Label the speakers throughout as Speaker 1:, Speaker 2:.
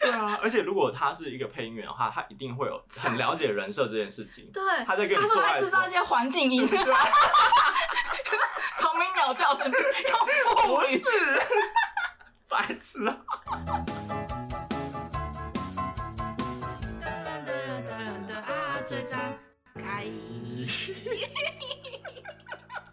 Speaker 1: 啊而且如果他是一个配音员的话，他一定会有很了解人设这件事情。
Speaker 2: 对，啊
Speaker 1: 他在跟你
Speaker 2: 他
Speaker 1: 做
Speaker 2: 说
Speaker 1: 爱
Speaker 2: 他
Speaker 1: 的
Speaker 2: 制
Speaker 1: 时候
Speaker 2: 造一，些环境 音，
Speaker 1: 对啊
Speaker 2: 虫鸣鸟叫声，用
Speaker 1: 不
Speaker 2: 腹语
Speaker 1: 是， 白痴啊！
Speaker 2: 啊，最赞开。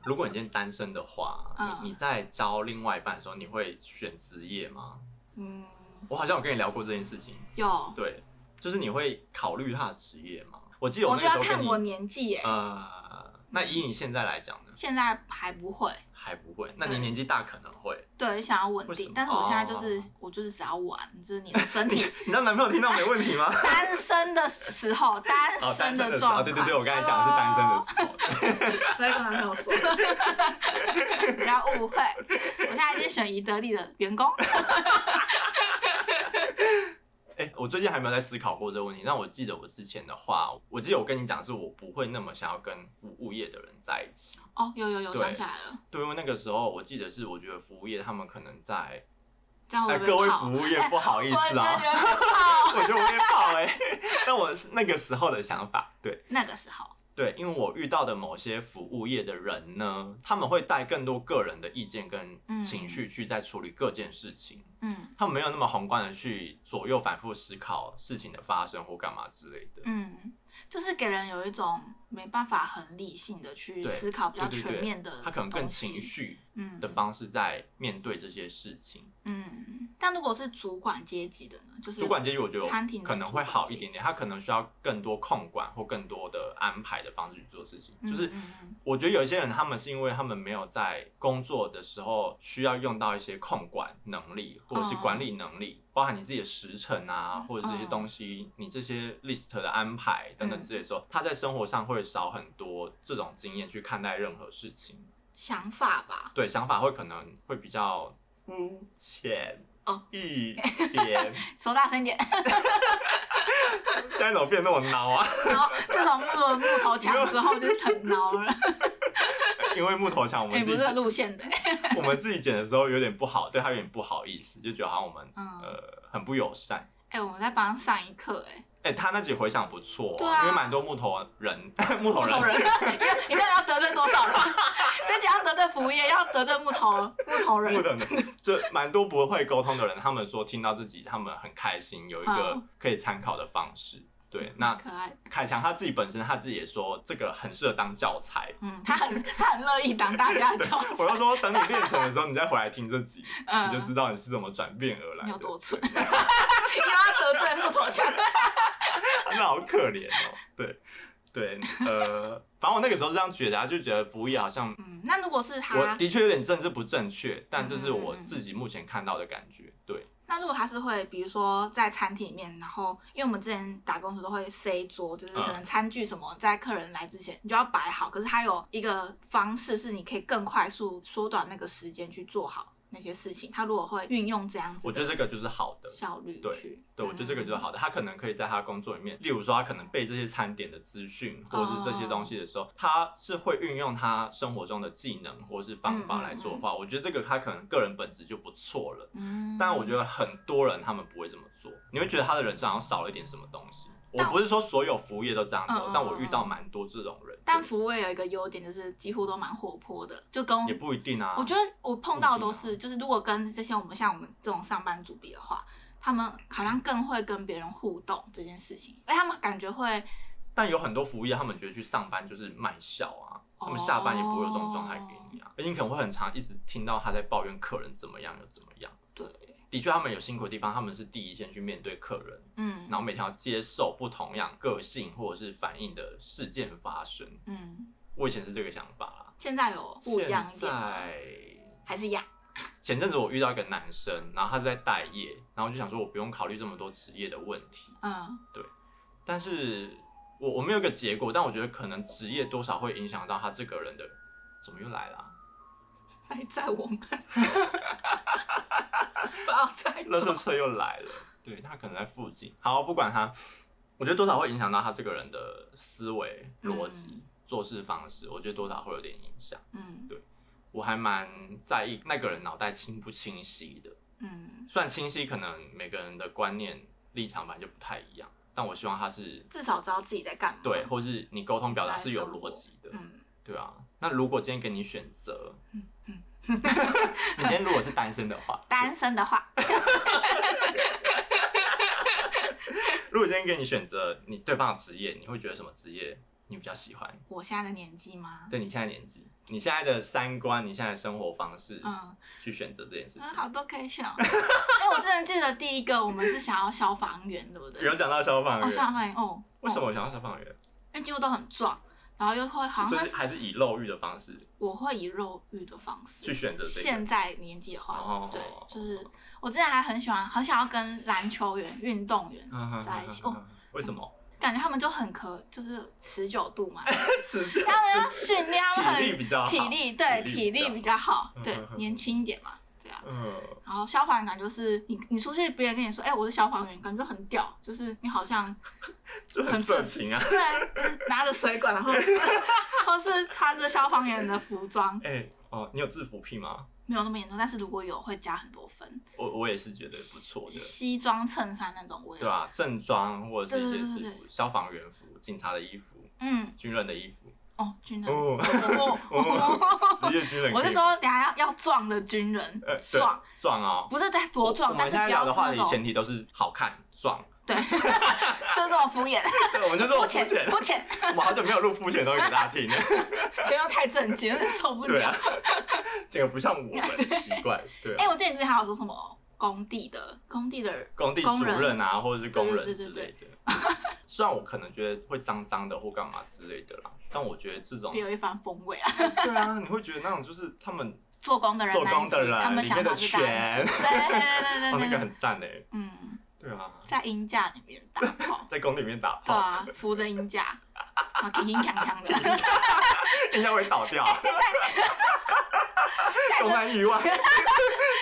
Speaker 1: 如果你今天单身的话，
Speaker 2: 嗯
Speaker 1: 你你在招另外一半的时候，你会选职业吗？
Speaker 2: 嗯，
Speaker 1: 我好像有跟你聊过这件事情，
Speaker 2: 有，
Speaker 1: 对，就是你会考虑他的职业吗？我记得我
Speaker 2: 我
Speaker 1: 那
Speaker 2: 觉
Speaker 1: 个
Speaker 2: 得
Speaker 1: 时
Speaker 2: 要
Speaker 1: 候跟
Speaker 2: 看我
Speaker 1: 你，
Speaker 2: 年纪耶，
Speaker 1: 呃，那以你现在来讲呢，
Speaker 2: 现在还不会。
Speaker 1: 还不会，那你
Speaker 2: 对
Speaker 1: 年纪大可能会。
Speaker 2: 对，想要稳
Speaker 1: 为什么
Speaker 2: 定，但是我现在就是、
Speaker 1: 哦
Speaker 2: 我就是只要玩，就是你的身
Speaker 1: 你
Speaker 2: 体
Speaker 1: 你让男朋友听到没问题吗？
Speaker 2: 单身的时候， 单
Speaker 1: 哦，单
Speaker 2: 身
Speaker 1: 身的时候，
Speaker 2: 状况。
Speaker 1: 对对对，我刚才讲的是单身的时候。
Speaker 2: 我在跟男朋友 说，不要误会，我现在已经选宜得利的员工。
Speaker 1: 哎、我最近还没有在思考过这个问题。那我记得我之前的话，我记得我跟你讲，是我不会那么想要跟服务业的人在一起。
Speaker 2: 哦，有有有，
Speaker 1: 对
Speaker 2: 想起来了，
Speaker 1: 对，因为那个时候我记得是，我觉得服务业他们可能在
Speaker 2: 这样
Speaker 1: 哎、
Speaker 2: 会不
Speaker 1: 各
Speaker 2: 会
Speaker 1: 位
Speaker 2: 被泡
Speaker 1: 服？务业不好意
Speaker 2: 我就
Speaker 1: 思啊、
Speaker 2: 觉得被泡
Speaker 1: 我觉得我被泡哎、但我是那个时候的想法，对
Speaker 2: 那个时候，
Speaker 1: 对，因为我遇到的某些服务业的人呢，他们会带更多个人的意见跟
Speaker 2: 嗯
Speaker 1: 情绪去在处理各件事情。
Speaker 2: 嗯
Speaker 1: 他们没有那么宏观的去左右反复思考事情的发生或干嘛之类的。
Speaker 2: 嗯，就是给人有一种没办法很理性的去
Speaker 1: 对
Speaker 2: 思考比较
Speaker 1: 对对
Speaker 2: 全
Speaker 1: 对
Speaker 2: 面的，
Speaker 1: 他可能更情，绪
Speaker 2: 嗯
Speaker 1: 的方式在面对这些事情。
Speaker 2: 嗯。但如果是主管阶级的呢，就是
Speaker 1: 主管阶级我觉
Speaker 2: 餐厅
Speaker 1: 得
Speaker 2: 的
Speaker 1: 可能会好一点
Speaker 2: 主管阶级
Speaker 1: 点，他可能需要更多控管或更多的安排的方式去做事情。
Speaker 2: 嗯
Speaker 1: 就是
Speaker 2: 嗯嗯
Speaker 1: 我觉得有一些人，他们是因为他们没有在工作的时候需要用到一些控管能力或者是管理能
Speaker 2: 嗯
Speaker 1: 力，包含你自己的时辰啊，或者这些东西，你这些 list 的安排等
Speaker 2: 嗯
Speaker 1: 等之类的时候，他在生活上会少很多这种经验去看待任何事情，
Speaker 2: 想法吧，
Speaker 1: 对想法会可能会比较肤浅
Speaker 2: 哦
Speaker 1: 一点。
Speaker 2: 说大声一点，
Speaker 1: 现在怎么变那么孬啊？
Speaker 2: 然后自从木了木头墙之后就是很挠了，
Speaker 1: 因为木头墙我们
Speaker 2: 哎、不
Speaker 1: 自
Speaker 2: 是
Speaker 1: 己
Speaker 2: 这个路线的、
Speaker 1: 我们自己剪的时候有点不好，对他有点不好意思，就觉得好像我们、
Speaker 2: 嗯
Speaker 1: 呃很不友善。
Speaker 2: 哎、我们在帮他上一课、哎，
Speaker 1: 哎、他那集回想不错、哦
Speaker 2: 对啊
Speaker 1: 因为蛮多木头人， 木头
Speaker 2: 木
Speaker 1: 人
Speaker 2: 头人， 你到底要得罪多少人？这集要得罪服务业，要得罪木头木头人
Speaker 1: 木，头人，就蛮多不会沟通的人，他们说听到自己，他们很开心，有一个
Speaker 2: 嗯
Speaker 1: 可以参考的方式。对，那
Speaker 2: 可爱，
Speaker 1: 凯强他自己本身他自己也说，这个很适合当教材。
Speaker 2: 嗯，他很他很乐意当大家的教
Speaker 1: 我就
Speaker 2: 材，
Speaker 1: 说，等你练成的时候，你再回来听这集，
Speaker 2: 嗯
Speaker 1: 你就知道你是怎么转变而来
Speaker 2: 你
Speaker 1: 的
Speaker 2: 有。多蠢， 又要得罪木头墙，
Speaker 1: 啊那好可怜哦。对对，呃，反正我那个时候是这样觉得啊，就觉得服务业好像
Speaker 2: 嗯，那如果是
Speaker 1: 我
Speaker 2: 他，
Speaker 1: 的确有点政治不正确，但这是我
Speaker 2: 嗯嗯嗯
Speaker 1: 自己目前看到的感觉。对，
Speaker 2: 那如果他是会，比如说在餐厅里面，然后因为我们之前打工时都会 C 桌，就是可能
Speaker 1: 嗯
Speaker 2: 餐具什么，在客人来之前你就要摆好。可是他有一个方式是，你可以更快速缩短那个时间去做好那些事情。他如果会运用这样子
Speaker 1: 我觉得
Speaker 2: 的嗯
Speaker 1: 这个就是好的。
Speaker 2: 效率去，
Speaker 1: 对，我觉得这个就是好的。他可能可以在他的工作里面，例如说他可能背这些餐点的资讯，或者是这些东西的时候，
Speaker 2: 哦
Speaker 1: 他是会运用他生活中的技能或者是方法来做的话，我觉得这个他可能个人本质就不错了。
Speaker 2: 嗯，
Speaker 1: 但我觉得很多人他们不会这么做，你会觉得他的人生好像少了一点什么东西。我
Speaker 2: 但
Speaker 1: 不是说所有服务业都这样子哦
Speaker 2: 嗯嗯，
Speaker 1: 但我遇到蛮多这种人，
Speaker 2: 但
Speaker 1: 对
Speaker 2: 服务业有一个优点就是几乎都蛮活泼的，就跟
Speaker 1: 也不一定啊。
Speaker 2: 我觉得我碰到的都是，就是如果跟这些我们像我们这种上班族比的话，他们好像更会跟别人互动这件事情，哎而他们感觉会
Speaker 1: 但有很多服务业，他们觉得去上班就是卖笑啊，他们下班也不会有这种状态给你啊，
Speaker 2: 哦
Speaker 1: 而且你可能会很常一直听到他在抱怨客人怎么样又怎么样。
Speaker 2: 对，
Speaker 1: 的确，他们有辛苦的地方，他们是第一线去面对客人，
Speaker 2: 嗯
Speaker 1: 然后每天要接受不同样个性或者是反应的事件发生。
Speaker 2: 嗯，
Speaker 1: 我以前是这个想法啦，
Speaker 2: 现在有不一样一
Speaker 1: 现
Speaker 2: 点吗，
Speaker 1: 在
Speaker 2: 还是一样，
Speaker 1: 前阵子我遇到一个男生，然后他是在待业，然后就想说我不用考虑这么多职业的问题，
Speaker 2: 嗯
Speaker 1: 但是我我没有一个结果，但我觉得可能职业多少会影响到他这个人的，怎么又来啊啦？
Speaker 2: 还在我 们，不要再
Speaker 1: 垃圾
Speaker 2: 走，
Speaker 1: 车又来了，对他可能在附近。好，不管他，我觉得多少会影响到他这个人的思维逻辑、
Speaker 2: 嗯
Speaker 1: 做事方式，我觉得多少会有点影响。
Speaker 2: 嗯
Speaker 1: 我还蛮在意那个人脑袋清不清晰的，
Speaker 2: 嗯
Speaker 1: 虽然清晰可能每个人的观念立场本来就不太一样，但我希望他是
Speaker 2: 至少知道自己在干嘛。
Speaker 1: 对，或是你沟通表达是有逻辑的，
Speaker 2: 嗯，
Speaker 1: 对啊。那如果今天给你选择，
Speaker 2: 嗯嗯
Speaker 1: 你今天如果是单身的话，
Speaker 2: 单身的话，
Speaker 1: 如果今天给你选择你对方的职业，你会觉得什么职业你比较喜欢？
Speaker 2: 我现在的年纪吗？
Speaker 1: 对你现在年纪，你现在的三观，你现在的生活方式，
Speaker 2: 嗯，
Speaker 1: 去选择这件事
Speaker 2: 嗯
Speaker 1: 情。
Speaker 2: 好多可以选哦。 哎，我真的记得第一个我们是想要消防员，对不对？
Speaker 1: 有讲到消防
Speaker 2: 哦，消
Speaker 1: 员，
Speaker 2: 防员哦，
Speaker 1: 为什
Speaker 2: 哦？
Speaker 1: 么我想到消防员？
Speaker 2: 因为几乎都很壮，然后又会好像
Speaker 1: 所以
Speaker 2: 那
Speaker 1: 是
Speaker 2: 是
Speaker 1: 还是以肉欲的方式
Speaker 2: 我会以肉欲的方式
Speaker 1: 去选择这个。
Speaker 2: 现在年纪的话，
Speaker 1: 哦
Speaker 2: 对，就是我之前还很喜欢，很想要跟篮球员、运动员，在一起哦。
Speaker 1: 为什么？
Speaker 2: 感觉他们就很可，就是持久 度嘛，
Speaker 1: 持久
Speaker 2: 他们要训练，他们
Speaker 1: 体力
Speaker 2: 很
Speaker 1: 比较好，
Speaker 2: 体力，对，
Speaker 1: 体
Speaker 2: 体
Speaker 1: 力
Speaker 2: 力
Speaker 1: 比
Speaker 2: 比较好，对
Speaker 1: 嗯嗯，嗯
Speaker 2: 年轻一点嘛，对啊。
Speaker 1: 嗯，
Speaker 2: 然后消防员感觉就是你，你出去别人跟你说，哎、我是消防员，感觉很屌，就是你好像
Speaker 1: 就很色情啊。
Speaker 2: 对，就是拿着水管，然后或是穿着消防员的服装，
Speaker 1: 哎，哦，你有制服癖吗？
Speaker 2: 没有那么严重，但是如果有会加很多分。
Speaker 1: 我我也是觉得不错的，
Speaker 2: 西装衬衫那种我也，
Speaker 1: 对啊，正装或者是一些
Speaker 2: 对对对
Speaker 1: 制
Speaker 2: 对
Speaker 1: 服，消防员服、警察的衣服、
Speaker 2: 嗯，
Speaker 1: 军人的衣服。
Speaker 2: 哦，军人，
Speaker 1: 哦，
Speaker 2: 我我
Speaker 1: 职业军人可以吗，
Speaker 2: 我是说，等下要要壮的军人
Speaker 1: 呃，对
Speaker 2: 壮，
Speaker 1: 壮哦，
Speaker 2: 不是在多壮
Speaker 1: 我，
Speaker 2: 但
Speaker 1: 们
Speaker 2: 是
Speaker 1: 现在
Speaker 2: 不
Speaker 1: 聊
Speaker 2: 要
Speaker 1: 的
Speaker 2: 是
Speaker 1: 话
Speaker 2: 那
Speaker 1: 题
Speaker 2: 种
Speaker 1: 前提都是好看 壮，
Speaker 2: 对，就这种敷衍，
Speaker 1: 对，我们就是
Speaker 2: 肤
Speaker 1: 肤
Speaker 2: 浅
Speaker 1: 浅，
Speaker 2: 肤浅，
Speaker 1: 我好久没有录肤浅的东西给大家听了，
Speaker 2: 前面太正经，有点受不
Speaker 1: 对
Speaker 2: 了
Speaker 1: 啊。，这个不像 我们，奇怪，对
Speaker 2: 哎，
Speaker 1: 啊，
Speaker 2: 我记得你之前还有说什么工地的，工地的，
Speaker 1: 工地主
Speaker 2: 工人
Speaker 1: 任啊，或者是工
Speaker 2: 对
Speaker 1: 人
Speaker 2: 对对
Speaker 1: 之类的。 虽然我可能觉得会脏脏的或干嘛之类的啦，但我觉得这种
Speaker 2: 别有一番风味啊。
Speaker 1: 对啊，你会觉得那种就是他们
Speaker 2: 做工的人
Speaker 1: 做
Speaker 2: 那一集，
Speaker 1: 工的人
Speaker 2: 他们
Speaker 1: 里
Speaker 2: 想
Speaker 1: 面的
Speaker 2: 法是大人
Speaker 1: 拳
Speaker 2: 说对对 对
Speaker 1: 哦那
Speaker 2: 对对
Speaker 1: 个
Speaker 2: 对，对
Speaker 1: 很赞诶，
Speaker 2: 嗯，
Speaker 1: 对啊，，
Speaker 2: 在鹰架里面打炮
Speaker 1: 在工地里面打
Speaker 2: 对
Speaker 1: 炮，
Speaker 2: 啊，扶着鹰架，然后挺挺锵锵的。
Speaker 1: 应该会倒 掉，东安意外，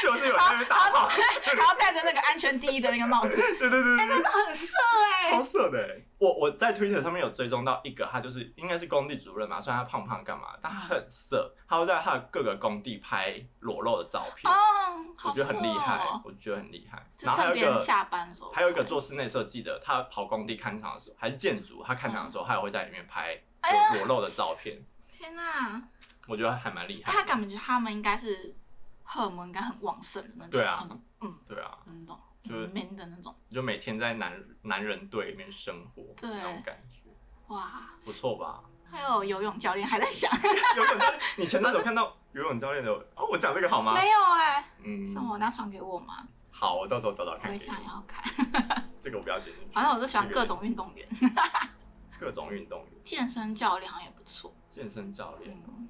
Speaker 1: 就是有人在那边打炮，
Speaker 2: 然后戴着那个安全第一的那个帽子，
Speaker 1: 对对对对对。
Speaker 2: 那个很色哎、
Speaker 1: 超色的、欸。我我在 Twitter 上面有追踪到一个，他就是应该是工地主任嘛，虽然他胖胖干嘛，但他很色，他会在他的各个工地拍裸露的照片，
Speaker 2: 哦，
Speaker 1: 我
Speaker 2: 好
Speaker 1: 觉
Speaker 2: 色
Speaker 1: 得很厉害
Speaker 2: 哦，，
Speaker 1: 我觉得很厉害。
Speaker 2: 就
Speaker 1: 然后还
Speaker 2: 趁
Speaker 1: 有一
Speaker 2: 别人
Speaker 1: 个。
Speaker 2: 下班的时候，
Speaker 1: 还有一个，做室内设计的，他跑工地看场的时候，还是建筑，他看场的时候，他也会在里面拍
Speaker 2: 哎呀
Speaker 1: 裸露的照片，
Speaker 2: 天哪、
Speaker 1: 我觉得还蛮厉害
Speaker 2: 哎他
Speaker 1: 的。
Speaker 2: 感觉他们应该是荷尔蒙应该很旺盛的那种，
Speaker 1: 对啊
Speaker 2: 嗯嗯，
Speaker 1: 对啊，
Speaker 2: 那种
Speaker 1: 就
Speaker 2: 就是 man 的那种，
Speaker 1: 就每天在男男人队里面生活，
Speaker 2: 对
Speaker 1: 那种感觉
Speaker 2: 哇，
Speaker 1: 不错 吧？
Speaker 2: 还有游泳教练还在想，
Speaker 1: 游泳教练，你前阵子有看到游泳教练的？哦，我讲这个好吗？
Speaker 2: 没有哎、
Speaker 1: 嗯，
Speaker 2: 什么？拿传给我吗？
Speaker 1: 好，我到时候找找
Speaker 2: 我
Speaker 1: 看
Speaker 2: 也
Speaker 1: 给你
Speaker 2: 想。要看。
Speaker 1: 这个我不要剪进去。
Speaker 2: 反正我就喜欢各种运动员，
Speaker 1: 各种运动员、
Speaker 2: 健身教练好像也不错。
Speaker 1: 健身教练。
Speaker 2: 嗯，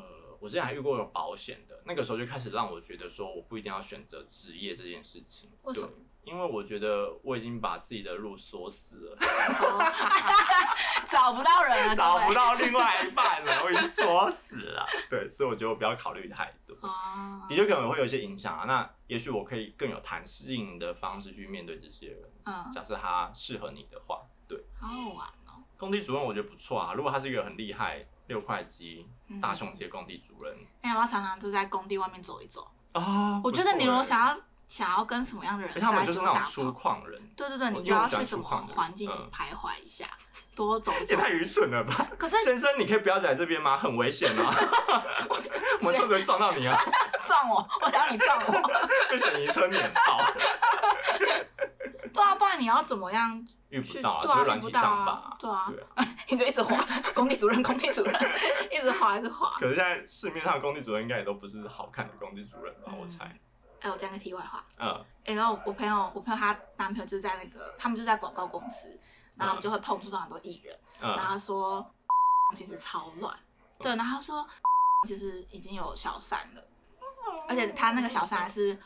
Speaker 1: 呃，我之前还遇过有保险的，那个时候就开始让我觉得说，我不一定要选择职业这件事情。
Speaker 2: 为什么
Speaker 1: 对？因为我觉得我已经把自己的路锁死了，
Speaker 2: 哦找不到人 了，
Speaker 1: 找不
Speaker 2: 各位
Speaker 1: 到另外一半了，我已经锁死 了。对，所以我觉得我不要考虑太多。
Speaker 2: 啊
Speaker 1: 的，确可能会有一些影响啊，那也许我可以更有弹性的方式去面对这些人。
Speaker 2: 嗯，
Speaker 1: 假设他适合你的话，对。
Speaker 2: 好好玩哦。
Speaker 1: 工地主任我觉得不错啊，如果他是一个很厉害六块肌
Speaker 2: 嗯
Speaker 1: 大胸肌的工地主任
Speaker 2: 哎，我常常就在工地外面走一走。
Speaker 1: 啊，
Speaker 2: 我觉得你如果想
Speaker 1: 要，
Speaker 2: 要想要跟什么样的人
Speaker 1: 欸
Speaker 2: 在
Speaker 1: 他们
Speaker 2: 一
Speaker 1: 就
Speaker 2: 起
Speaker 1: 是那
Speaker 2: 打
Speaker 1: 种粗
Speaker 2: 炮，
Speaker 1: 犷人，
Speaker 2: 对对对，
Speaker 1: 我
Speaker 2: 你
Speaker 1: 就
Speaker 2: 就要
Speaker 1: 喜欢
Speaker 2: 去
Speaker 1: 粗
Speaker 2: 什么
Speaker 1: 犷的
Speaker 2: 环境
Speaker 1: 嗯
Speaker 2: 徘徊一下，多走
Speaker 1: 也
Speaker 2: 走。
Speaker 1: 太愚蠢了 吧！
Speaker 2: 可是
Speaker 1: 先生，你可以不要在这边吗？很危险 啊！我们车子会撞到你啊，
Speaker 2: 撞我，我想要你撞 我。
Speaker 1: 被水泥车碾爆，
Speaker 2: 对啊，不然你要怎么样？
Speaker 1: 遇不
Speaker 2: 去
Speaker 1: 到
Speaker 2: 对
Speaker 1: 所
Speaker 2: 啊
Speaker 1: 以软
Speaker 2: 遇不
Speaker 1: 体
Speaker 2: 到
Speaker 1: 上
Speaker 2: 啊
Speaker 1: 吧，。
Speaker 2: 对啊，
Speaker 1: 对啊。
Speaker 2: 你就一直滑，工地主任，工地主任， 一直滑，一直滑。
Speaker 1: 可是现在市面上的工地主任应该也都不是好看的工地主任吧？我猜，
Speaker 2: 哎、我讲个题外话，
Speaker 1: 嗯，
Speaker 2: 哎、然后我朋友，我朋友她男朋友就是在那个，他们就在广告公司，然后我们就会碰触到很多艺人，
Speaker 1: 嗯，
Speaker 2: 然后他说其实超乱，对，然后他说其实已经有小三了，而且他那个小三还是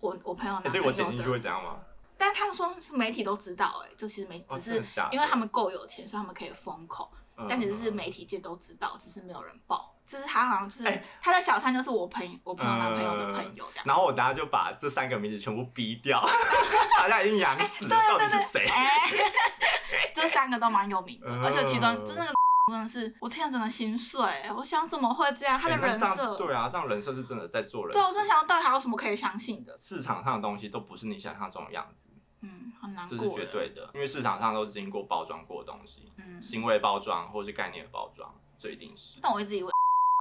Speaker 2: 我我朋友
Speaker 1: 欸
Speaker 2: 男
Speaker 1: 这
Speaker 2: 朋
Speaker 1: 个我剪进去
Speaker 2: 友
Speaker 1: 会
Speaker 2: 的，
Speaker 1: 怎样吗？
Speaker 2: 但他说是媒体都知道、哎，就其实媒
Speaker 1: 哦
Speaker 2: 只
Speaker 1: 真
Speaker 2: 是
Speaker 1: 的假的
Speaker 2: 因为他们够有钱，所以他们可以封口，
Speaker 1: 嗯
Speaker 2: 但其实是媒体界都知道，只是没有人报。就是他好像就是、他的小三，就是我朋友我朋友男朋友的朋友这样。
Speaker 1: 然后我等下就把这三个名字全部逼掉， 大家已经养死了，
Speaker 2: 哎对
Speaker 1: 到底
Speaker 2: 对
Speaker 1: 是
Speaker 2: 对，
Speaker 1: 谁？
Speaker 2: 哎，这三个都蛮有名的，
Speaker 1: 嗯
Speaker 2: 而且其中就那个真的是，我天啊，整个心碎。我想怎么会这样？他的
Speaker 1: 哎那
Speaker 2: 人
Speaker 1: 这样
Speaker 2: 设，啊
Speaker 1: 对啊，这样人设是真的在做人。
Speaker 2: 对我真的想到底还有什么可以相信的？
Speaker 1: 市场上的东西都不是你想象中的样子。
Speaker 2: 嗯，很难
Speaker 1: 这
Speaker 2: 过
Speaker 1: 是绝
Speaker 2: 的
Speaker 1: 对的，因为市场上都是经过包装过的东西，
Speaker 2: 嗯，
Speaker 1: 行为包装或是概念的包装，这一定是。
Speaker 2: 但我一直以为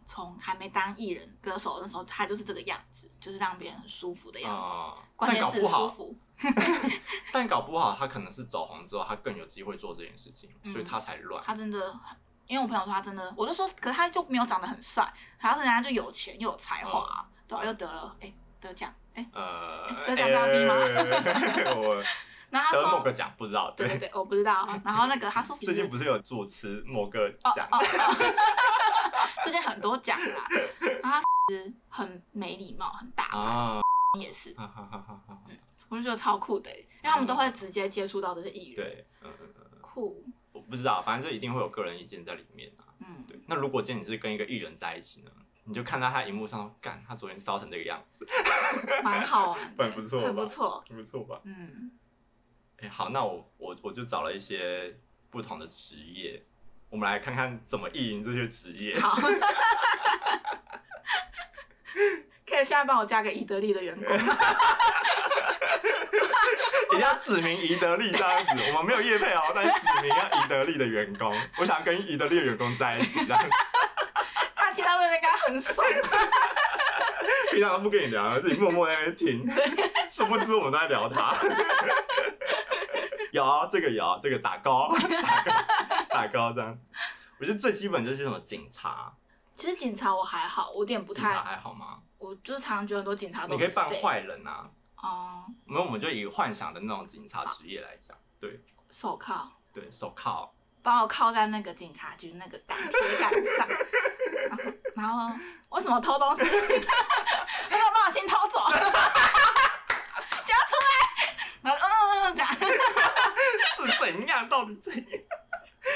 Speaker 2: 从还没当艺人歌手的那时候，他就是这个样子，就是让别人很舒服的样子。
Speaker 1: 啊、
Speaker 2: 关
Speaker 1: 但
Speaker 2: 键
Speaker 1: 搞
Speaker 2: 字
Speaker 1: 不
Speaker 2: 舒
Speaker 1: 好，
Speaker 2: 服，
Speaker 1: 但搞不好他可能是走红之后，他更有机会做这件事情，
Speaker 2: 嗯
Speaker 1: 所以他才乱。
Speaker 2: 他真的很，因为我朋友说他真的，我就说，可是他就没有长得很帅，然后人家就有钱又有才华、
Speaker 1: 嗯
Speaker 2: 对啊、又得了哎、得奖哎、
Speaker 1: 呃，
Speaker 2: 这讲到底吗
Speaker 1: 哎我
Speaker 2: 然后他
Speaker 1: 得某
Speaker 2: 说，
Speaker 1: 个奖不知道，
Speaker 2: 对对对，我不知道。然后那个他说其
Speaker 1: 最
Speaker 2: 实
Speaker 1: 近不是有主持某个奖，
Speaker 2: 哦哦， 最近很多奖啦，然后他很没礼貌，很大牌，
Speaker 1: 啊，
Speaker 2: 也是，
Speaker 1: 哈
Speaker 2: 嗯
Speaker 1: 哈哈哈哈
Speaker 2: 我就觉得超酷的欸、因为他们都会直接接触到这些艺人，
Speaker 1: 嗯对，嗯嗯嗯，
Speaker 2: 酷，
Speaker 1: 我不知道，反正这一定会有个人意见在里面啊。
Speaker 2: 嗯，
Speaker 1: 对，那如果今天你是跟一个艺人在一起呢，你就看到他荧幕上，干，他昨天烧成这个样子，
Speaker 2: 蛮好玩 的，
Speaker 1: 很不错吧
Speaker 2: 很不错，
Speaker 1: 不错吧？
Speaker 2: 嗯，
Speaker 1: 哎，好，那我我我就找了一些不同的职业，我们来看看怎么意淫这些职 业。
Speaker 2: 好。可以现在帮我加个伊德利的员工吗，
Speaker 1: 一定要指明宜得利这样子，我们没有业配哦，但是指明要宜得利的员工，我想跟宜得利的员工在一起这样子，
Speaker 2: 他听到这边应该很爽。
Speaker 1: 平常都不跟你聊，自己默默在那边听，殊不知我们都在聊他。有啊这个有啊，这个打高，打高，打高这样子。我觉得最基本就是什么警察，
Speaker 2: 其实警察我还好，我有点不
Speaker 1: 警察
Speaker 2: 太，
Speaker 1: 还好吗？
Speaker 2: 我就是常常觉得很多警察都
Speaker 1: 你可以
Speaker 2: 很
Speaker 1: 扮
Speaker 2: 废
Speaker 1: 坏人啊，
Speaker 2: 哦、
Speaker 1: 没有我们就以幻想的那种警察职业来讲，对
Speaker 2: 手铐，
Speaker 1: 对，手铐，
Speaker 2: 把我铐在那个警察局那个港铁杆上，然后然后我什么偷东西， 他说把我先偷走， 交出来，然后嗯嗯嗯这样，
Speaker 1: 是怎样？到底怎样？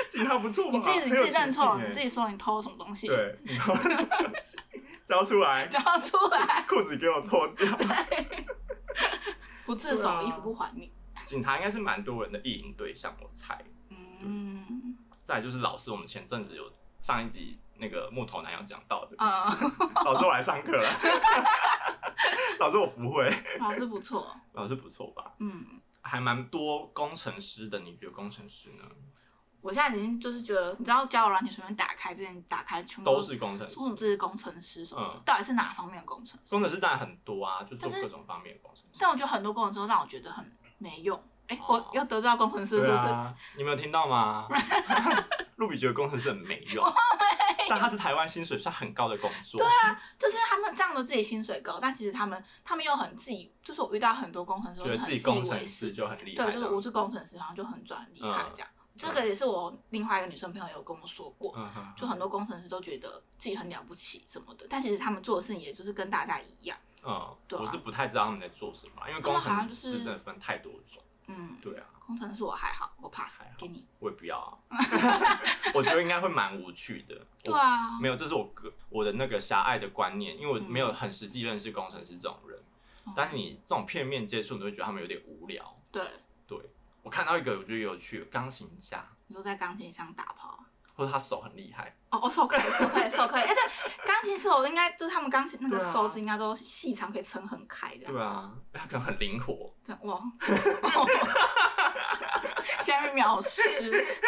Speaker 1: 警察不错吧？
Speaker 2: 你自己你
Speaker 1: 很有
Speaker 2: 自己
Speaker 1: 情
Speaker 2: 认错，
Speaker 1: 境欸
Speaker 2: 你自己说你偷了什么东西，
Speaker 1: 对，你偷 交出来，
Speaker 2: 交出来，
Speaker 1: 裤子给我脱掉。
Speaker 2: 不自
Speaker 1: 对啊
Speaker 2: 首，衣服不还你，
Speaker 1: 警察应该是蛮多人的意淫对象，我猜。
Speaker 2: 嗯
Speaker 1: 再来就是老师，我们前阵子有上一集那个木头男有讲到的，
Speaker 2: 嗯，
Speaker 1: 老师我来上课了。老师我不会，
Speaker 2: 老师不错，
Speaker 1: 老师不错吧？
Speaker 2: 嗯。
Speaker 1: 还蛮多工程师的，你觉得工程师呢？
Speaker 2: 我现在已经就是觉得，你知道交友软件随便打开，之前打开全部
Speaker 1: 都是工程师
Speaker 2: 说，什嗯么这是工程师什么的，
Speaker 1: 嗯
Speaker 2: 到底是哪方面的工程师？
Speaker 1: 工程师当然很多啊，就做
Speaker 2: 但是
Speaker 1: 各种方面的工程师。
Speaker 2: 但我觉得很多工程师都让我觉得很没用。哎、
Speaker 1: 哦
Speaker 2: 我又得罪到工程师是不
Speaker 1: 对
Speaker 2: 是？
Speaker 1: 啊，你没有听到 吗？ 露比觉得工程师很没用，但他是台湾薪水算很高的工作。对啊，
Speaker 2: 就是他们仗着自己薪水高，但其实他们他们又很自己，就是我遇到很多工程师都
Speaker 1: 觉
Speaker 2: 是
Speaker 1: 得
Speaker 2: 很
Speaker 1: 自
Speaker 2: 自
Speaker 1: 己
Speaker 2: 以
Speaker 1: 工
Speaker 2: 为
Speaker 1: 程师
Speaker 2: 是，
Speaker 1: 就很厉害。
Speaker 2: 对，就是我是工程师，然后就很转厉害
Speaker 1: 嗯
Speaker 2: 这样。这个也是我另外一个女生朋友有跟我说过，
Speaker 1: 嗯哼
Speaker 2: 就很多工程师都觉得自己很了不起什么的，但其实他们做的事情也就是跟大家一样。
Speaker 1: 嗯，
Speaker 2: 对啊
Speaker 1: 我是不太知道他们在做什么，因为
Speaker 2: 他们
Speaker 1: 工
Speaker 2: 好像
Speaker 1: 程
Speaker 2: 就是
Speaker 1: 师真的分太多种。
Speaker 2: 嗯，
Speaker 1: 对啊，
Speaker 2: 工程师我还好，我 pass
Speaker 1: 还好
Speaker 2: 给你。
Speaker 1: 我也不要啊， 我觉得应该会蛮无趣的。
Speaker 2: 对
Speaker 1: 我
Speaker 2: 啊，
Speaker 1: 没有，这是我个我的那个狭隘的观念，因为我
Speaker 2: 嗯
Speaker 1: 没有很实际认识工程师这种人。
Speaker 2: 哦
Speaker 1: 但是你这种片面接触，你会觉得他们有点无聊。
Speaker 2: 对，
Speaker 1: 对我看到一个我觉得有趣，钢琴家，
Speaker 2: 你说在钢琴上打炮。
Speaker 1: 或者他手很厉害，
Speaker 2: 哦，我手可以，手可以，手可以。哎、对，钢琴手应该就是他们钢琴那个
Speaker 1: 对啊
Speaker 2: 手指应该都细长，可以撑很开的。
Speaker 1: 对啊，他可能很灵活，
Speaker 2: 这样哇，现在被秒失，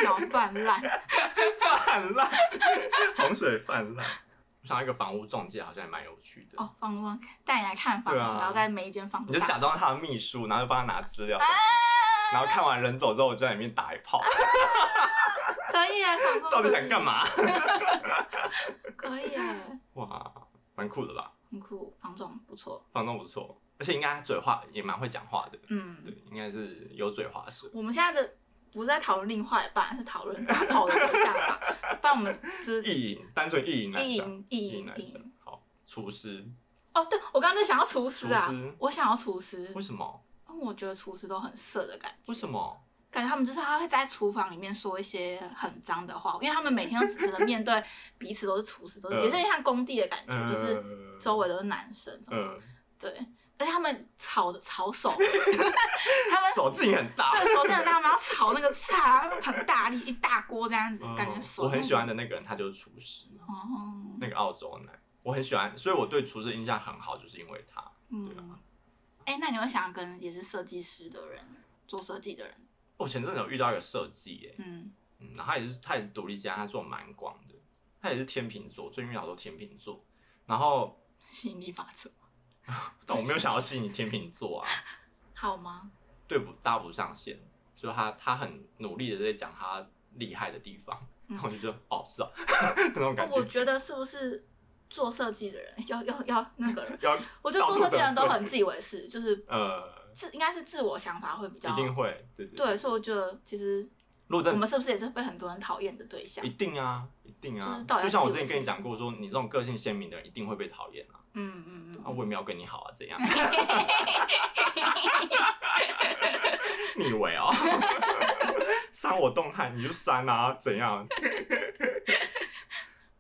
Speaker 2: 秒泛滥。
Speaker 1: 泛滥，洪水泛滥。我想到一个房屋中介好像也蛮有趣的，
Speaker 2: 哦，房东带你来看房子，
Speaker 1: 对啊
Speaker 2: 然后在每一间房
Speaker 1: 你
Speaker 2: 子
Speaker 1: 就
Speaker 2: 打
Speaker 1: 假装他的秘书，然后就帮他拿资料，
Speaker 2: 啊，
Speaker 1: 然后看完人走之后，我就在里面打一炮，
Speaker 2: 可以啊，房东
Speaker 1: 到底想干？嘛？
Speaker 2: 可以耶，
Speaker 1: 哇，蛮酷的吧？
Speaker 2: 很酷，房总不错。
Speaker 1: 房东不错，而且应该嘴话也蛮会讲话的，对
Speaker 2: 嗯，，
Speaker 1: 应该是有嘴滑舌。
Speaker 2: 我们现在的不是在讨论另外一半，是讨论打炮的对象吧？不然我们就是
Speaker 1: 意淫，单纯意淫来
Speaker 2: 意
Speaker 1: 讲，
Speaker 2: 淫，意
Speaker 1: 意淫
Speaker 2: 淫
Speaker 1: 来，
Speaker 2: 意淫
Speaker 1: 讲。。好，厨师
Speaker 2: 哦，对，我刚刚在想要厨师啊，
Speaker 1: 厨师
Speaker 2: 我想要厨师，
Speaker 1: 为什么？
Speaker 2: 因为我觉得厨师都很色的感觉，
Speaker 1: 为什么？
Speaker 2: 感觉他们就是他会在厨房里面说一些很脏的话，因为他们每天都只能面对彼此都是厨师，都是、
Speaker 1: 嗯
Speaker 2: 也是像工地的感觉，
Speaker 1: 呃
Speaker 2: 就是周围都是男生，
Speaker 1: 呃，
Speaker 2: 对，而且他们炒的炒手， 他们
Speaker 1: 手劲很大。
Speaker 2: 对手真的大，然后炒那个菜啊很大力，一大锅这样子，
Speaker 1: 嗯
Speaker 2: 感觉手
Speaker 1: 我很喜欢
Speaker 2: 的
Speaker 1: 的那个人，他就是厨师，
Speaker 2: 哦，
Speaker 1: 那个澳洲男，我很喜欢，所以我对厨师印象很好，就是因为他。对啊
Speaker 2: 嗯，哎、那你会想要跟也是设计师的人做设计的人？
Speaker 1: 我前阵子有遇到一个设计耶，
Speaker 2: 嗯，
Speaker 1: 嗯，然后他也是他也是独立家，他做蛮广的，他也是天秤座，最近遇到好多天秤座，然后
Speaker 2: 吸引力法则
Speaker 1: 但我没有想要吸引天秤座啊，
Speaker 2: 好吗？
Speaker 1: 对不搭不上线，就他他很努力的在讲他厉害的地方，
Speaker 2: 嗯
Speaker 1: 然后我就觉得哦 是啊那种感
Speaker 2: 哦我
Speaker 1: 觉，
Speaker 2: 觉得是不是做设计的人要要要那个人？
Speaker 1: 要
Speaker 2: 我觉得做设计的人都很自以为是，就是
Speaker 1: 呃
Speaker 2: 自应该是自我想法会比较
Speaker 1: 一定会，对对，
Speaker 2: 对，所以我觉得其实
Speaker 1: 如果
Speaker 2: 我
Speaker 1: 在
Speaker 2: 们是不是也是被很多人讨厌的对象
Speaker 1: 一？定啊一定
Speaker 2: 就
Speaker 1: 啊
Speaker 2: 是到，底
Speaker 1: 就像我
Speaker 2: 要
Speaker 1: 之
Speaker 2: 自以为
Speaker 1: 前跟你
Speaker 2: 是
Speaker 1: 讲过说，你这种个性鲜明的人一定会被讨厌啊，
Speaker 2: 嗯嗯
Speaker 1: 啊
Speaker 2: 嗯，
Speaker 1: 我也没有跟你好啊 怎样，你以为哦？ 删我动态你就删啊，怎样？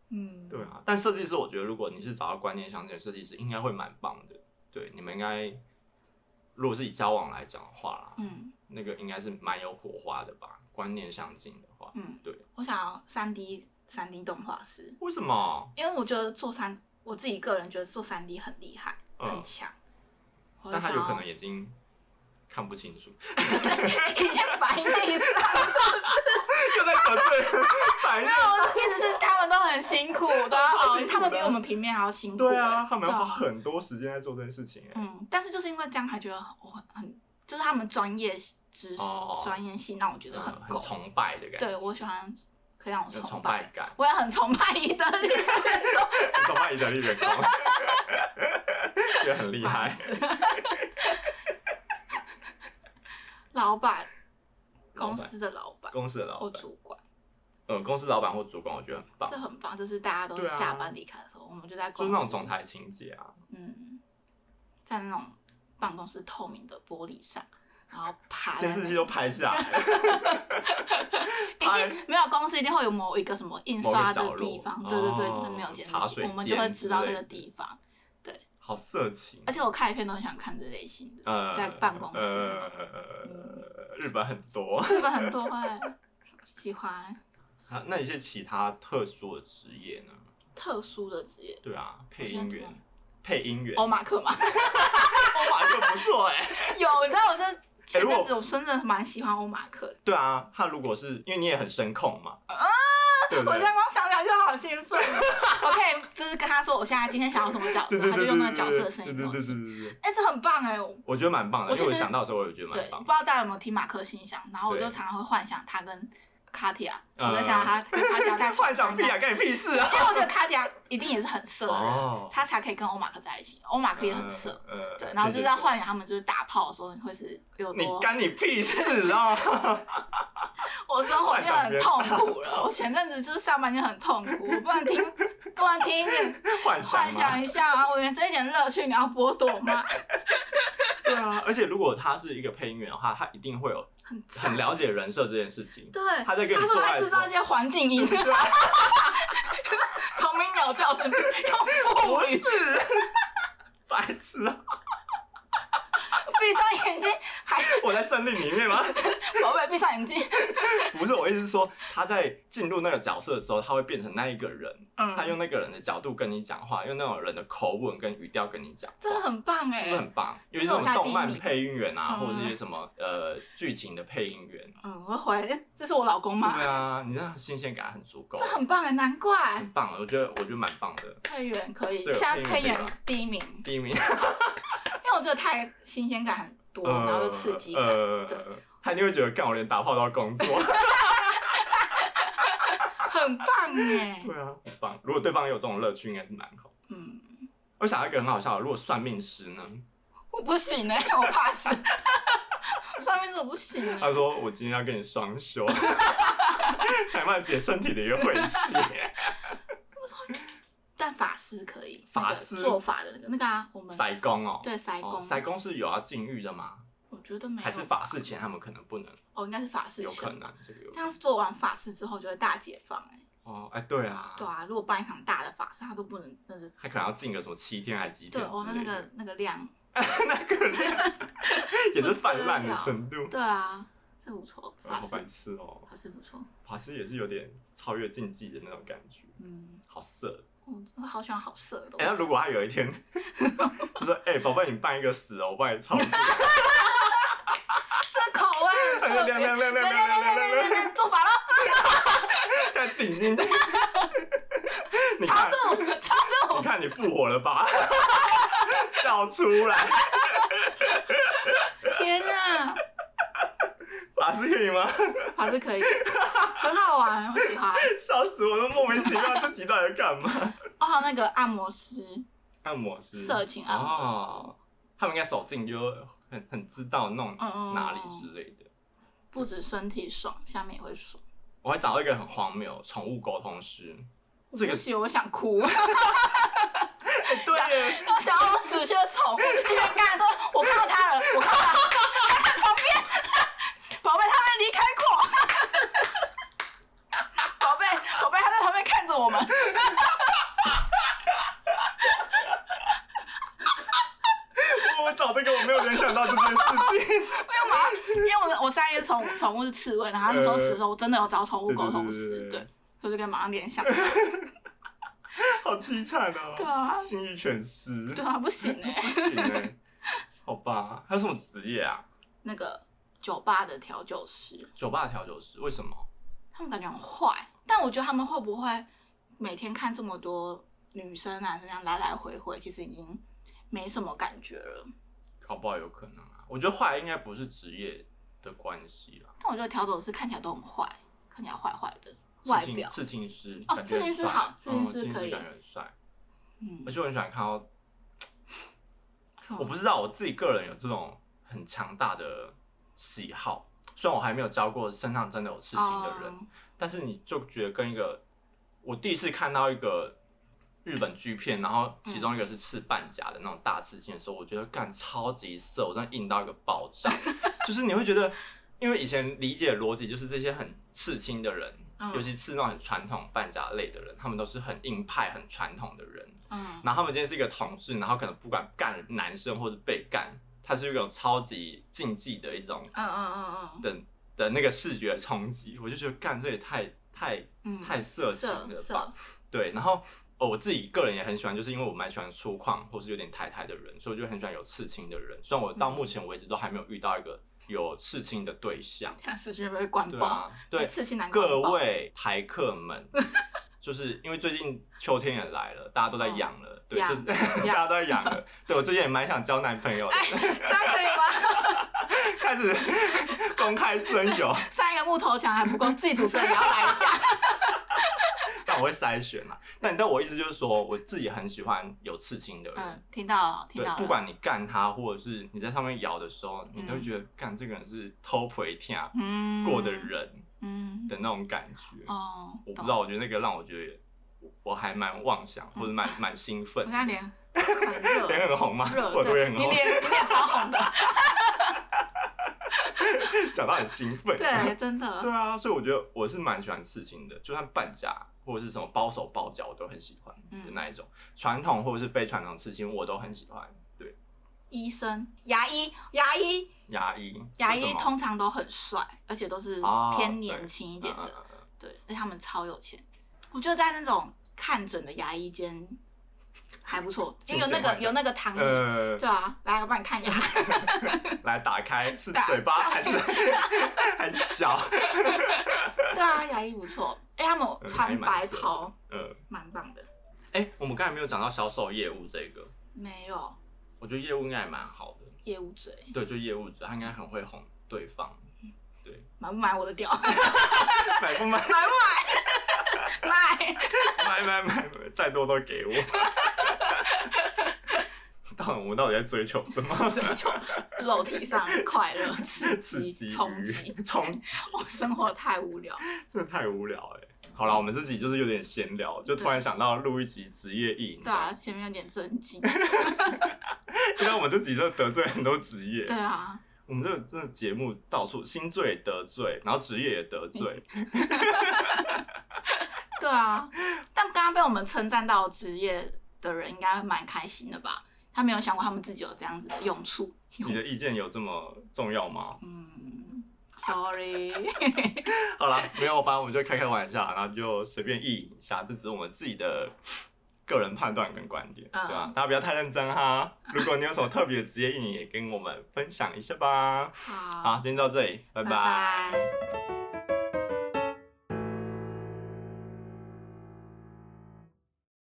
Speaker 2: 嗯，
Speaker 1: 对啊，但设计师，我觉得如果你是找到观念相近的设计师，应该会蛮棒的。对，你们应该，如果是以交往来讲的话啦，
Speaker 2: 嗯
Speaker 1: 那个应该是蛮有火花的吧？观念相近的话，
Speaker 2: 嗯，
Speaker 1: 对。
Speaker 2: 我想要三 D 三 D 动画师，
Speaker 1: 为什么？
Speaker 2: 因为我觉得做三，我自己个人觉得做三 D 很厉害，
Speaker 1: 嗯
Speaker 2: 很强。我就
Speaker 1: 但他有
Speaker 2: 想要
Speaker 1: 可能眼睛看不清楚，
Speaker 2: 已经白内障，
Speaker 1: 又在得 罪反应。
Speaker 2: 我的意思是他们都很辛 苦，都要
Speaker 1: 超
Speaker 2: 熬
Speaker 1: 辛苦，的
Speaker 2: 他们比我们平面还要辛苦。
Speaker 1: 对啊，他们要花
Speaker 2: 对啊
Speaker 1: 很多时间在做这件事情、哎、
Speaker 2: 嗯，但是就是因为这样，还觉得我很很，就是他们专业知识
Speaker 1: 哦、
Speaker 2: 专业性让我觉得
Speaker 1: 嗯，
Speaker 2: 很
Speaker 1: 很
Speaker 2: 够。
Speaker 1: 崇拜的感觉，
Speaker 2: 对我喜欢可以让我
Speaker 1: 有崇
Speaker 2: 崇
Speaker 1: 拜
Speaker 2: 拜，
Speaker 1: 感。
Speaker 2: 我也很崇拜伊德利亚人。
Speaker 1: 你懂吗？意大利 员工，觉得很厉害。
Speaker 2: 老板，
Speaker 1: 老板
Speaker 2: 公司的老板
Speaker 1: 公司的老
Speaker 2: 或
Speaker 1: 板，
Speaker 2: 主管，
Speaker 1: 呃，公司老板或主管，我觉得很棒
Speaker 2: 这，很棒。就是大家都
Speaker 1: 对啊
Speaker 2: 下班离开的时候，我们就在
Speaker 1: 就
Speaker 2: 公
Speaker 1: 是
Speaker 2: 司，
Speaker 1: 那种总裁情节啊。
Speaker 2: 嗯，在那种办公室透明的玻璃上，然后爬在
Speaker 1: 监
Speaker 2: 那
Speaker 1: 视器都拍下来，
Speaker 2: 一定没有公司一定会有某一个什么印刷的地方
Speaker 1: 啊某，个角
Speaker 2: 对
Speaker 1: 落
Speaker 2: 对对，
Speaker 1: 哦
Speaker 2: 就是没有监视
Speaker 1: 茶
Speaker 2: 器，
Speaker 1: 水
Speaker 2: 我们就会知道
Speaker 1: 间之
Speaker 2: 那
Speaker 1: 类
Speaker 2: 个
Speaker 1: 的
Speaker 2: 地方。
Speaker 1: 好色情
Speaker 2: 而。且我看一片都很想看这类型的，
Speaker 1: 呃，
Speaker 2: 在办公室
Speaker 1: 呃，日本很多。
Speaker 2: 日本很多哎、喜欢
Speaker 1: 啊那一些其他特殊的职业呢？
Speaker 2: 特殊的职业，
Speaker 1: 对啊，配
Speaker 2: 现在
Speaker 1: 音
Speaker 2: 突
Speaker 1: 员
Speaker 2: 然，
Speaker 1: 配音员，
Speaker 2: 欧马克嘛，
Speaker 1: 欧马克不错哎。
Speaker 2: 有，你知道我这前
Speaker 1: 如
Speaker 2: 阵
Speaker 1: 果
Speaker 2: 子我真的蛮喜欢欧马克的，
Speaker 1: 对啊，他如果是因为你也很声控嘛，对不
Speaker 2: 啊我
Speaker 1: 对
Speaker 2: 现？在光想想就好兴奋，哦我可以就是跟他说我现在今天想要什么角
Speaker 1: 对
Speaker 2: 色，
Speaker 1: 对
Speaker 2: 他
Speaker 1: 对
Speaker 2: 就
Speaker 1: 对
Speaker 2: 用
Speaker 1: 对
Speaker 2: 那个角色的声
Speaker 1: 对
Speaker 2: 音
Speaker 1: 对
Speaker 2: 跟我
Speaker 1: 对对
Speaker 2: 说，
Speaker 1: 对对，
Speaker 2: 哎、这很棒哎、我
Speaker 1: 我觉得蛮棒的，
Speaker 2: 我
Speaker 1: 因为我
Speaker 2: 其实
Speaker 1: 想到的时候，我也觉得
Speaker 2: 对，
Speaker 1: 蛮
Speaker 2: 不
Speaker 1: 棒
Speaker 2: 知。道大家有没有听马克信箱，然后我就
Speaker 1: 对
Speaker 2: 常常会幻想他跟卡蒂亚，
Speaker 1: 呃
Speaker 2: 我在想他跟卡蒂亚在床
Speaker 1: 幻想
Speaker 2: 上
Speaker 1: 屁啊，，干你屁事啊！
Speaker 2: 因为我觉得卡蒂亚一定也是很色的人，
Speaker 1: 哦
Speaker 2: 他才可以跟欧马克在一起，欧马克也很色。
Speaker 1: 呃，呃
Speaker 2: 对，然后就在幻想他们就是打炮的时候会是有
Speaker 1: 你
Speaker 2: 多，
Speaker 1: 干你屁 事啊！
Speaker 2: 我生活已经
Speaker 1: 幻想别
Speaker 2: 很
Speaker 1: 人
Speaker 2: 痛 苦了。我前阵子就是上班就很痛苦，我不能听，不能听一点
Speaker 1: 幻
Speaker 2: 幻
Speaker 1: 想嘛，
Speaker 2: 想一下啊！我连这一点乐趣你要剥夺吗？
Speaker 1: 对啊。而且如果他是一个配音员的话，他一定会有
Speaker 2: 很
Speaker 1: 很
Speaker 2: 惨。
Speaker 1: 了解人设这件事情。
Speaker 2: 对，
Speaker 1: 他在跟你
Speaker 2: 他
Speaker 1: 做
Speaker 2: 说
Speaker 1: 爱
Speaker 2: 他
Speaker 1: 的时
Speaker 2: 制
Speaker 1: 候
Speaker 2: 造一些环境 音，
Speaker 1: 对 啊
Speaker 2: 虫鸣鸟叫声，用
Speaker 1: 不
Speaker 2: 腹语
Speaker 1: 是，白痴啊！
Speaker 2: 闭上眼睛，还
Speaker 1: 我在森林里面吗？
Speaker 2: 宝贝闭上眼睛，
Speaker 1: 不是，我意思是说，他在进入那个角色的时候，他会变成那一个人，
Speaker 2: 嗯，
Speaker 1: 他用那个人的角度跟你讲话，用那种人的口吻跟语调跟你讲话。
Speaker 2: 真的很棒哎、
Speaker 1: 是不是很棒？尤其
Speaker 2: 这是
Speaker 1: 是
Speaker 2: 我
Speaker 1: 我们
Speaker 2: 下
Speaker 1: 动
Speaker 2: 第一
Speaker 1: 漫
Speaker 2: 名
Speaker 1: 配音员啊，
Speaker 2: 嗯
Speaker 1: 或者是一些什么呃剧情的配音员，
Speaker 2: 嗯，我回来，这是我老公吗？
Speaker 1: 对啊，你这样新鲜感很足够
Speaker 2: 这，很棒哎、难怪
Speaker 1: 很棒，我觉得我觉得蛮棒 的。
Speaker 2: 配员可以，
Speaker 1: 这个
Speaker 2: 现在
Speaker 1: 配
Speaker 2: 配
Speaker 1: 员
Speaker 2: 员
Speaker 1: 可以吧
Speaker 2: 第一名，
Speaker 1: 第一名，
Speaker 2: 因为我觉得太新鲜感很多，然后又刺激感，
Speaker 1: 呃
Speaker 2: 对，
Speaker 1: 他一定会觉得干我连打炮都要工 作，
Speaker 2: 很棒哎、
Speaker 1: 对啊，很棒。如果对方有这种乐趣，应该是蛮好。
Speaker 2: 嗯，
Speaker 1: 我想到一个很好笑的，如果算命师呢，
Speaker 2: 我不行哎、我怕死， 算命是我不行哎、
Speaker 1: 他说我今天要跟你双 休，才慢解身体的一个回气。
Speaker 2: 但法师可以，
Speaker 1: 法
Speaker 2: 那个
Speaker 1: 师
Speaker 2: 做法的那个那个啊，我们
Speaker 1: 塞工哦，
Speaker 2: 对塞
Speaker 1: 哦
Speaker 2: 公，
Speaker 1: 塞工是有要禁欲的吗？
Speaker 2: 我觉得没有，
Speaker 1: 还是法事前他们可能不能？
Speaker 2: 哦，应该是法师
Speaker 1: 有可
Speaker 2: 前吧
Speaker 1: 能，这个有可
Speaker 2: 这
Speaker 1: 能
Speaker 2: 样做完法事之后就会大解放哎、
Speaker 1: 哦，哎，对啊，
Speaker 2: 对啊，如果办一场大的法事，他都不能那是
Speaker 1: 还可能要进个什么七天还几
Speaker 2: 对
Speaker 1: 天
Speaker 2: 哦，那
Speaker 1: 之
Speaker 2: 那
Speaker 1: 类的
Speaker 2: 个那个量，
Speaker 1: 也是泛滥的程度，
Speaker 2: 对啊，这不错，
Speaker 1: 哎
Speaker 2: 法
Speaker 1: 好
Speaker 2: 师
Speaker 1: 白痴哦，
Speaker 2: 法师不错，
Speaker 1: 法师也是有点超越禁忌的那种感觉，
Speaker 2: 嗯，
Speaker 1: 好色。
Speaker 2: 我真的好喜欢好色的东西。
Speaker 1: 哎，那如果他有一 天就说，哎，宝贝，你办一个死哦，我帮你操作，
Speaker 2: 这口特别，
Speaker 1: 亮亮亮亮亮
Speaker 2: 来
Speaker 1: 亮
Speaker 2: 来来
Speaker 1: 亮
Speaker 2: 来来
Speaker 1: 亮亮，
Speaker 2: 来，做法了，
Speaker 1: 但顶 进去，你
Speaker 2: 超
Speaker 1: 看，
Speaker 2: 度超度
Speaker 1: 你，看你复活了吧？ 笑出来，
Speaker 2: 天哪，
Speaker 1: 法师可以吗？
Speaker 2: 还是可以，很好玩，我喜欢。
Speaker 1: 笑死我了，莫名其妙，这集到底在干嘛？
Speaker 2: 哦，还有那个按摩师，
Speaker 1: 按摩师，
Speaker 2: 色情按摩师
Speaker 1: 哦他们应该手劲就很很知道弄
Speaker 2: 嗯嗯
Speaker 1: 哪里之类的。
Speaker 2: 不止身体爽，下面也会爽。
Speaker 1: 我还找到一个很荒谬，宠物沟通师。这个
Speaker 2: 不行，我想哭，我
Speaker 1: 哎、对耶，
Speaker 2: 想要我死去的宠物一边干说，我看到它了，我看到它了，它在旁边， 宝贝，它没离开过， 宝贝，宝贝，它在旁边看着我们。
Speaker 1: 我我找这个我没有联想到这件事情。
Speaker 2: 因为我要因为我的我上一只宠宠物是刺猬，然后那时候死的时候，我真的有找宠物沟通师，
Speaker 1: 对对对对
Speaker 2: 对，所以我就跟马上联想，
Speaker 1: 好凄惨哦！
Speaker 2: 对啊
Speaker 1: 性欲全失，
Speaker 2: 对啊，不行哎、
Speaker 1: 不行哎、好吧，还有什么职业啊？
Speaker 2: 那个酒吧的调酒师，
Speaker 1: 酒吧调酒师为什么？
Speaker 2: 他们感觉很坏，但我觉得他们会不会每天看这么多女生男生这样来来回回，其实已经没什么感觉了。
Speaker 1: 搞不好有可能啊。我觉得坏应该不是职业的关系啦，
Speaker 2: 但我觉得调酒师看起来都很坏，看起来坏坏的外
Speaker 1: 刺青
Speaker 2: 表，
Speaker 1: 刺青师感觉
Speaker 2: 哦
Speaker 1: 很
Speaker 2: 刺青师
Speaker 1: 帅
Speaker 2: 好刺青
Speaker 1: 嗯
Speaker 2: 师
Speaker 1: 刺青
Speaker 2: 可
Speaker 1: 师
Speaker 2: 以
Speaker 1: 感觉很帅。
Speaker 2: 嗯
Speaker 1: 而，且我很喜欢看到，
Speaker 2: 什么
Speaker 1: 我不知道我自己个人有这种很强大的喜好，虽然我还没有交过身上真的有刺青的人，
Speaker 2: 嗯
Speaker 1: 但是你就觉得跟一个，我第一次看到一个日本剧片，然后其中一个是刺半甲的那种大刺青的时候，我觉得干超级色，我真的硬到一个爆炸，就是你会觉得，因为以前理解的逻辑就是这些很刺青的人，
Speaker 2: 嗯
Speaker 1: 尤其刺那种很传统半甲类的人，他们都是很硬派、很传统的人，
Speaker 2: 嗯，
Speaker 1: 然后他们今天是一个同志，然后可能不管干男生或者被干，他是一种超级禁忌的一种
Speaker 2: 嗯嗯嗯
Speaker 1: 的的那个视觉冲击，我就觉得干这也太太
Speaker 2: 嗯，
Speaker 1: 太色情
Speaker 2: 色
Speaker 1: 了吧？
Speaker 2: 色，
Speaker 1: 对，然后、哦、我自己个人也很喜欢，就是因为我蛮喜欢粗犷或是有点太太的人，所以我就很喜欢有刺青的人。虽然我到目前为止都还没有遇到一个有刺青的对象，
Speaker 2: 看视觉被灌
Speaker 1: 对
Speaker 2: 爆，
Speaker 1: 啊，对
Speaker 2: 刺青男
Speaker 1: 各
Speaker 2: 灌爆
Speaker 1: 位台客们。 就是因为最近秋天也来了，大家都在养了，对，
Speaker 2: 嗯养
Speaker 1: 就是
Speaker 2: 养
Speaker 1: 大家都在养了。对我最近也蛮想交男朋友的，
Speaker 2: 哎 这样可以吗？
Speaker 1: 开始 公开征 友。
Speaker 2: 上一个木头墙还不够，自己主持人也要来一下。
Speaker 1: 但我会筛选嘛。但但我意思就是说，我自己很喜欢有刺青的人，
Speaker 2: 嗯，听到了，听
Speaker 1: 对
Speaker 2: 到，了。
Speaker 1: 不管你干他，或者是你在上面咬的时候，你都会觉得干、这个人是偷窥天
Speaker 2: 嗯
Speaker 1: 过的，人
Speaker 2: 嗯，
Speaker 1: 的那种感觉。
Speaker 2: 哦，
Speaker 1: 我不
Speaker 2: 懂
Speaker 1: 知。道，我觉得那个让我觉得我我还蛮妄想，或者蛮蛮兴奋
Speaker 2: 嗯我。看脸很热，
Speaker 1: 脸很红吗？
Speaker 2: 热，
Speaker 1: 我的
Speaker 2: 对，
Speaker 1: 脸很
Speaker 2: 你
Speaker 1: 红，
Speaker 2: 脸你脸超 红的，
Speaker 1: 讲到很兴奋。
Speaker 2: 对，真的
Speaker 1: 对。啊，所以我觉得我是蛮喜欢刺青的，就算半甲或者是什么包手包脚，我都很喜欢
Speaker 2: 嗯
Speaker 1: 的那一种。传、统或者是非传统刺青，我都很喜欢。对，
Speaker 2: 医生、牙医、牙医、
Speaker 1: 牙医，
Speaker 2: 牙
Speaker 1: 为什
Speaker 2: 医
Speaker 1: 么
Speaker 2: 通常都很帅，而且都是
Speaker 1: 哦
Speaker 2: 偏年轻一点
Speaker 1: 嗯
Speaker 2: 的，
Speaker 1: 嗯嗯
Speaker 2: 对，而且他们超有钱。我觉得在那种看诊的牙医间还不错，因为有那
Speaker 1: 健健
Speaker 2: 个
Speaker 1: 康
Speaker 2: 有那个躺椅，
Speaker 1: 呃，
Speaker 2: 对啊，来，我帮 你看牙。
Speaker 1: 来打 开是
Speaker 2: 打
Speaker 1: 嘴巴还是 还是脚？
Speaker 2: 对啊，牙医不错。哎、他们
Speaker 1: 嗯
Speaker 2: 穿白袍，
Speaker 1: 嗯，
Speaker 2: 蛮棒的。
Speaker 1: 哎、我们刚才没有讲到销售业务这个，
Speaker 2: 没有
Speaker 1: 我觉得业务应该也蛮好的。
Speaker 2: 业务嘴，
Speaker 1: 对，就业务者，他应该很会哄对方。
Speaker 2: 买不买我的屌？买
Speaker 1: 买不买？
Speaker 2: 不买？
Speaker 1: 买买买，买再多都给我。 到底我们到底在追求什么？
Speaker 2: 所以就肉体上的快乐、刺
Speaker 1: 刺
Speaker 2: 激、
Speaker 1: 激、
Speaker 2: 冲击。，
Speaker 1: 冲击，
Speaker 2: 我生活太无聊，
Speaker 1: 真的太无聊哎、好了，我们自己就是有点闲聊，就突然想到录一集职业意淫。
Speaker 2: 对啊，前面有点 震惊。
Speaker 1: 因为我们这集真的得罪很多职业
Speaker 2: 对，啊，
Speaker 1: 我们这个这个节目到处新罪也得罪，然后职业也得罪，
Speaker 2: 对啊。但刚刚被我们称赞到职业的人，应该蛮开心的吧？他没有想过他们自己有这样子的用处。
Speaker 1: 你的意见 有这么重要吗？
Speaker 2: 嗯，sorry，
Speaker 1: 好啦，没有，反正我们就开开玩笑，然后就随便意淫一下，这只是我们自己的个人判断跟观点，
Speaker 2: 嗯
Speaker 1: 对吧？大家不要太认真哈。如果你有什么特别的职业意义，也跟我们分享一下吧。
Speaker 2: 好，
Speaker 1: 好，今天到这里，拜
Speaker 2: 拜拜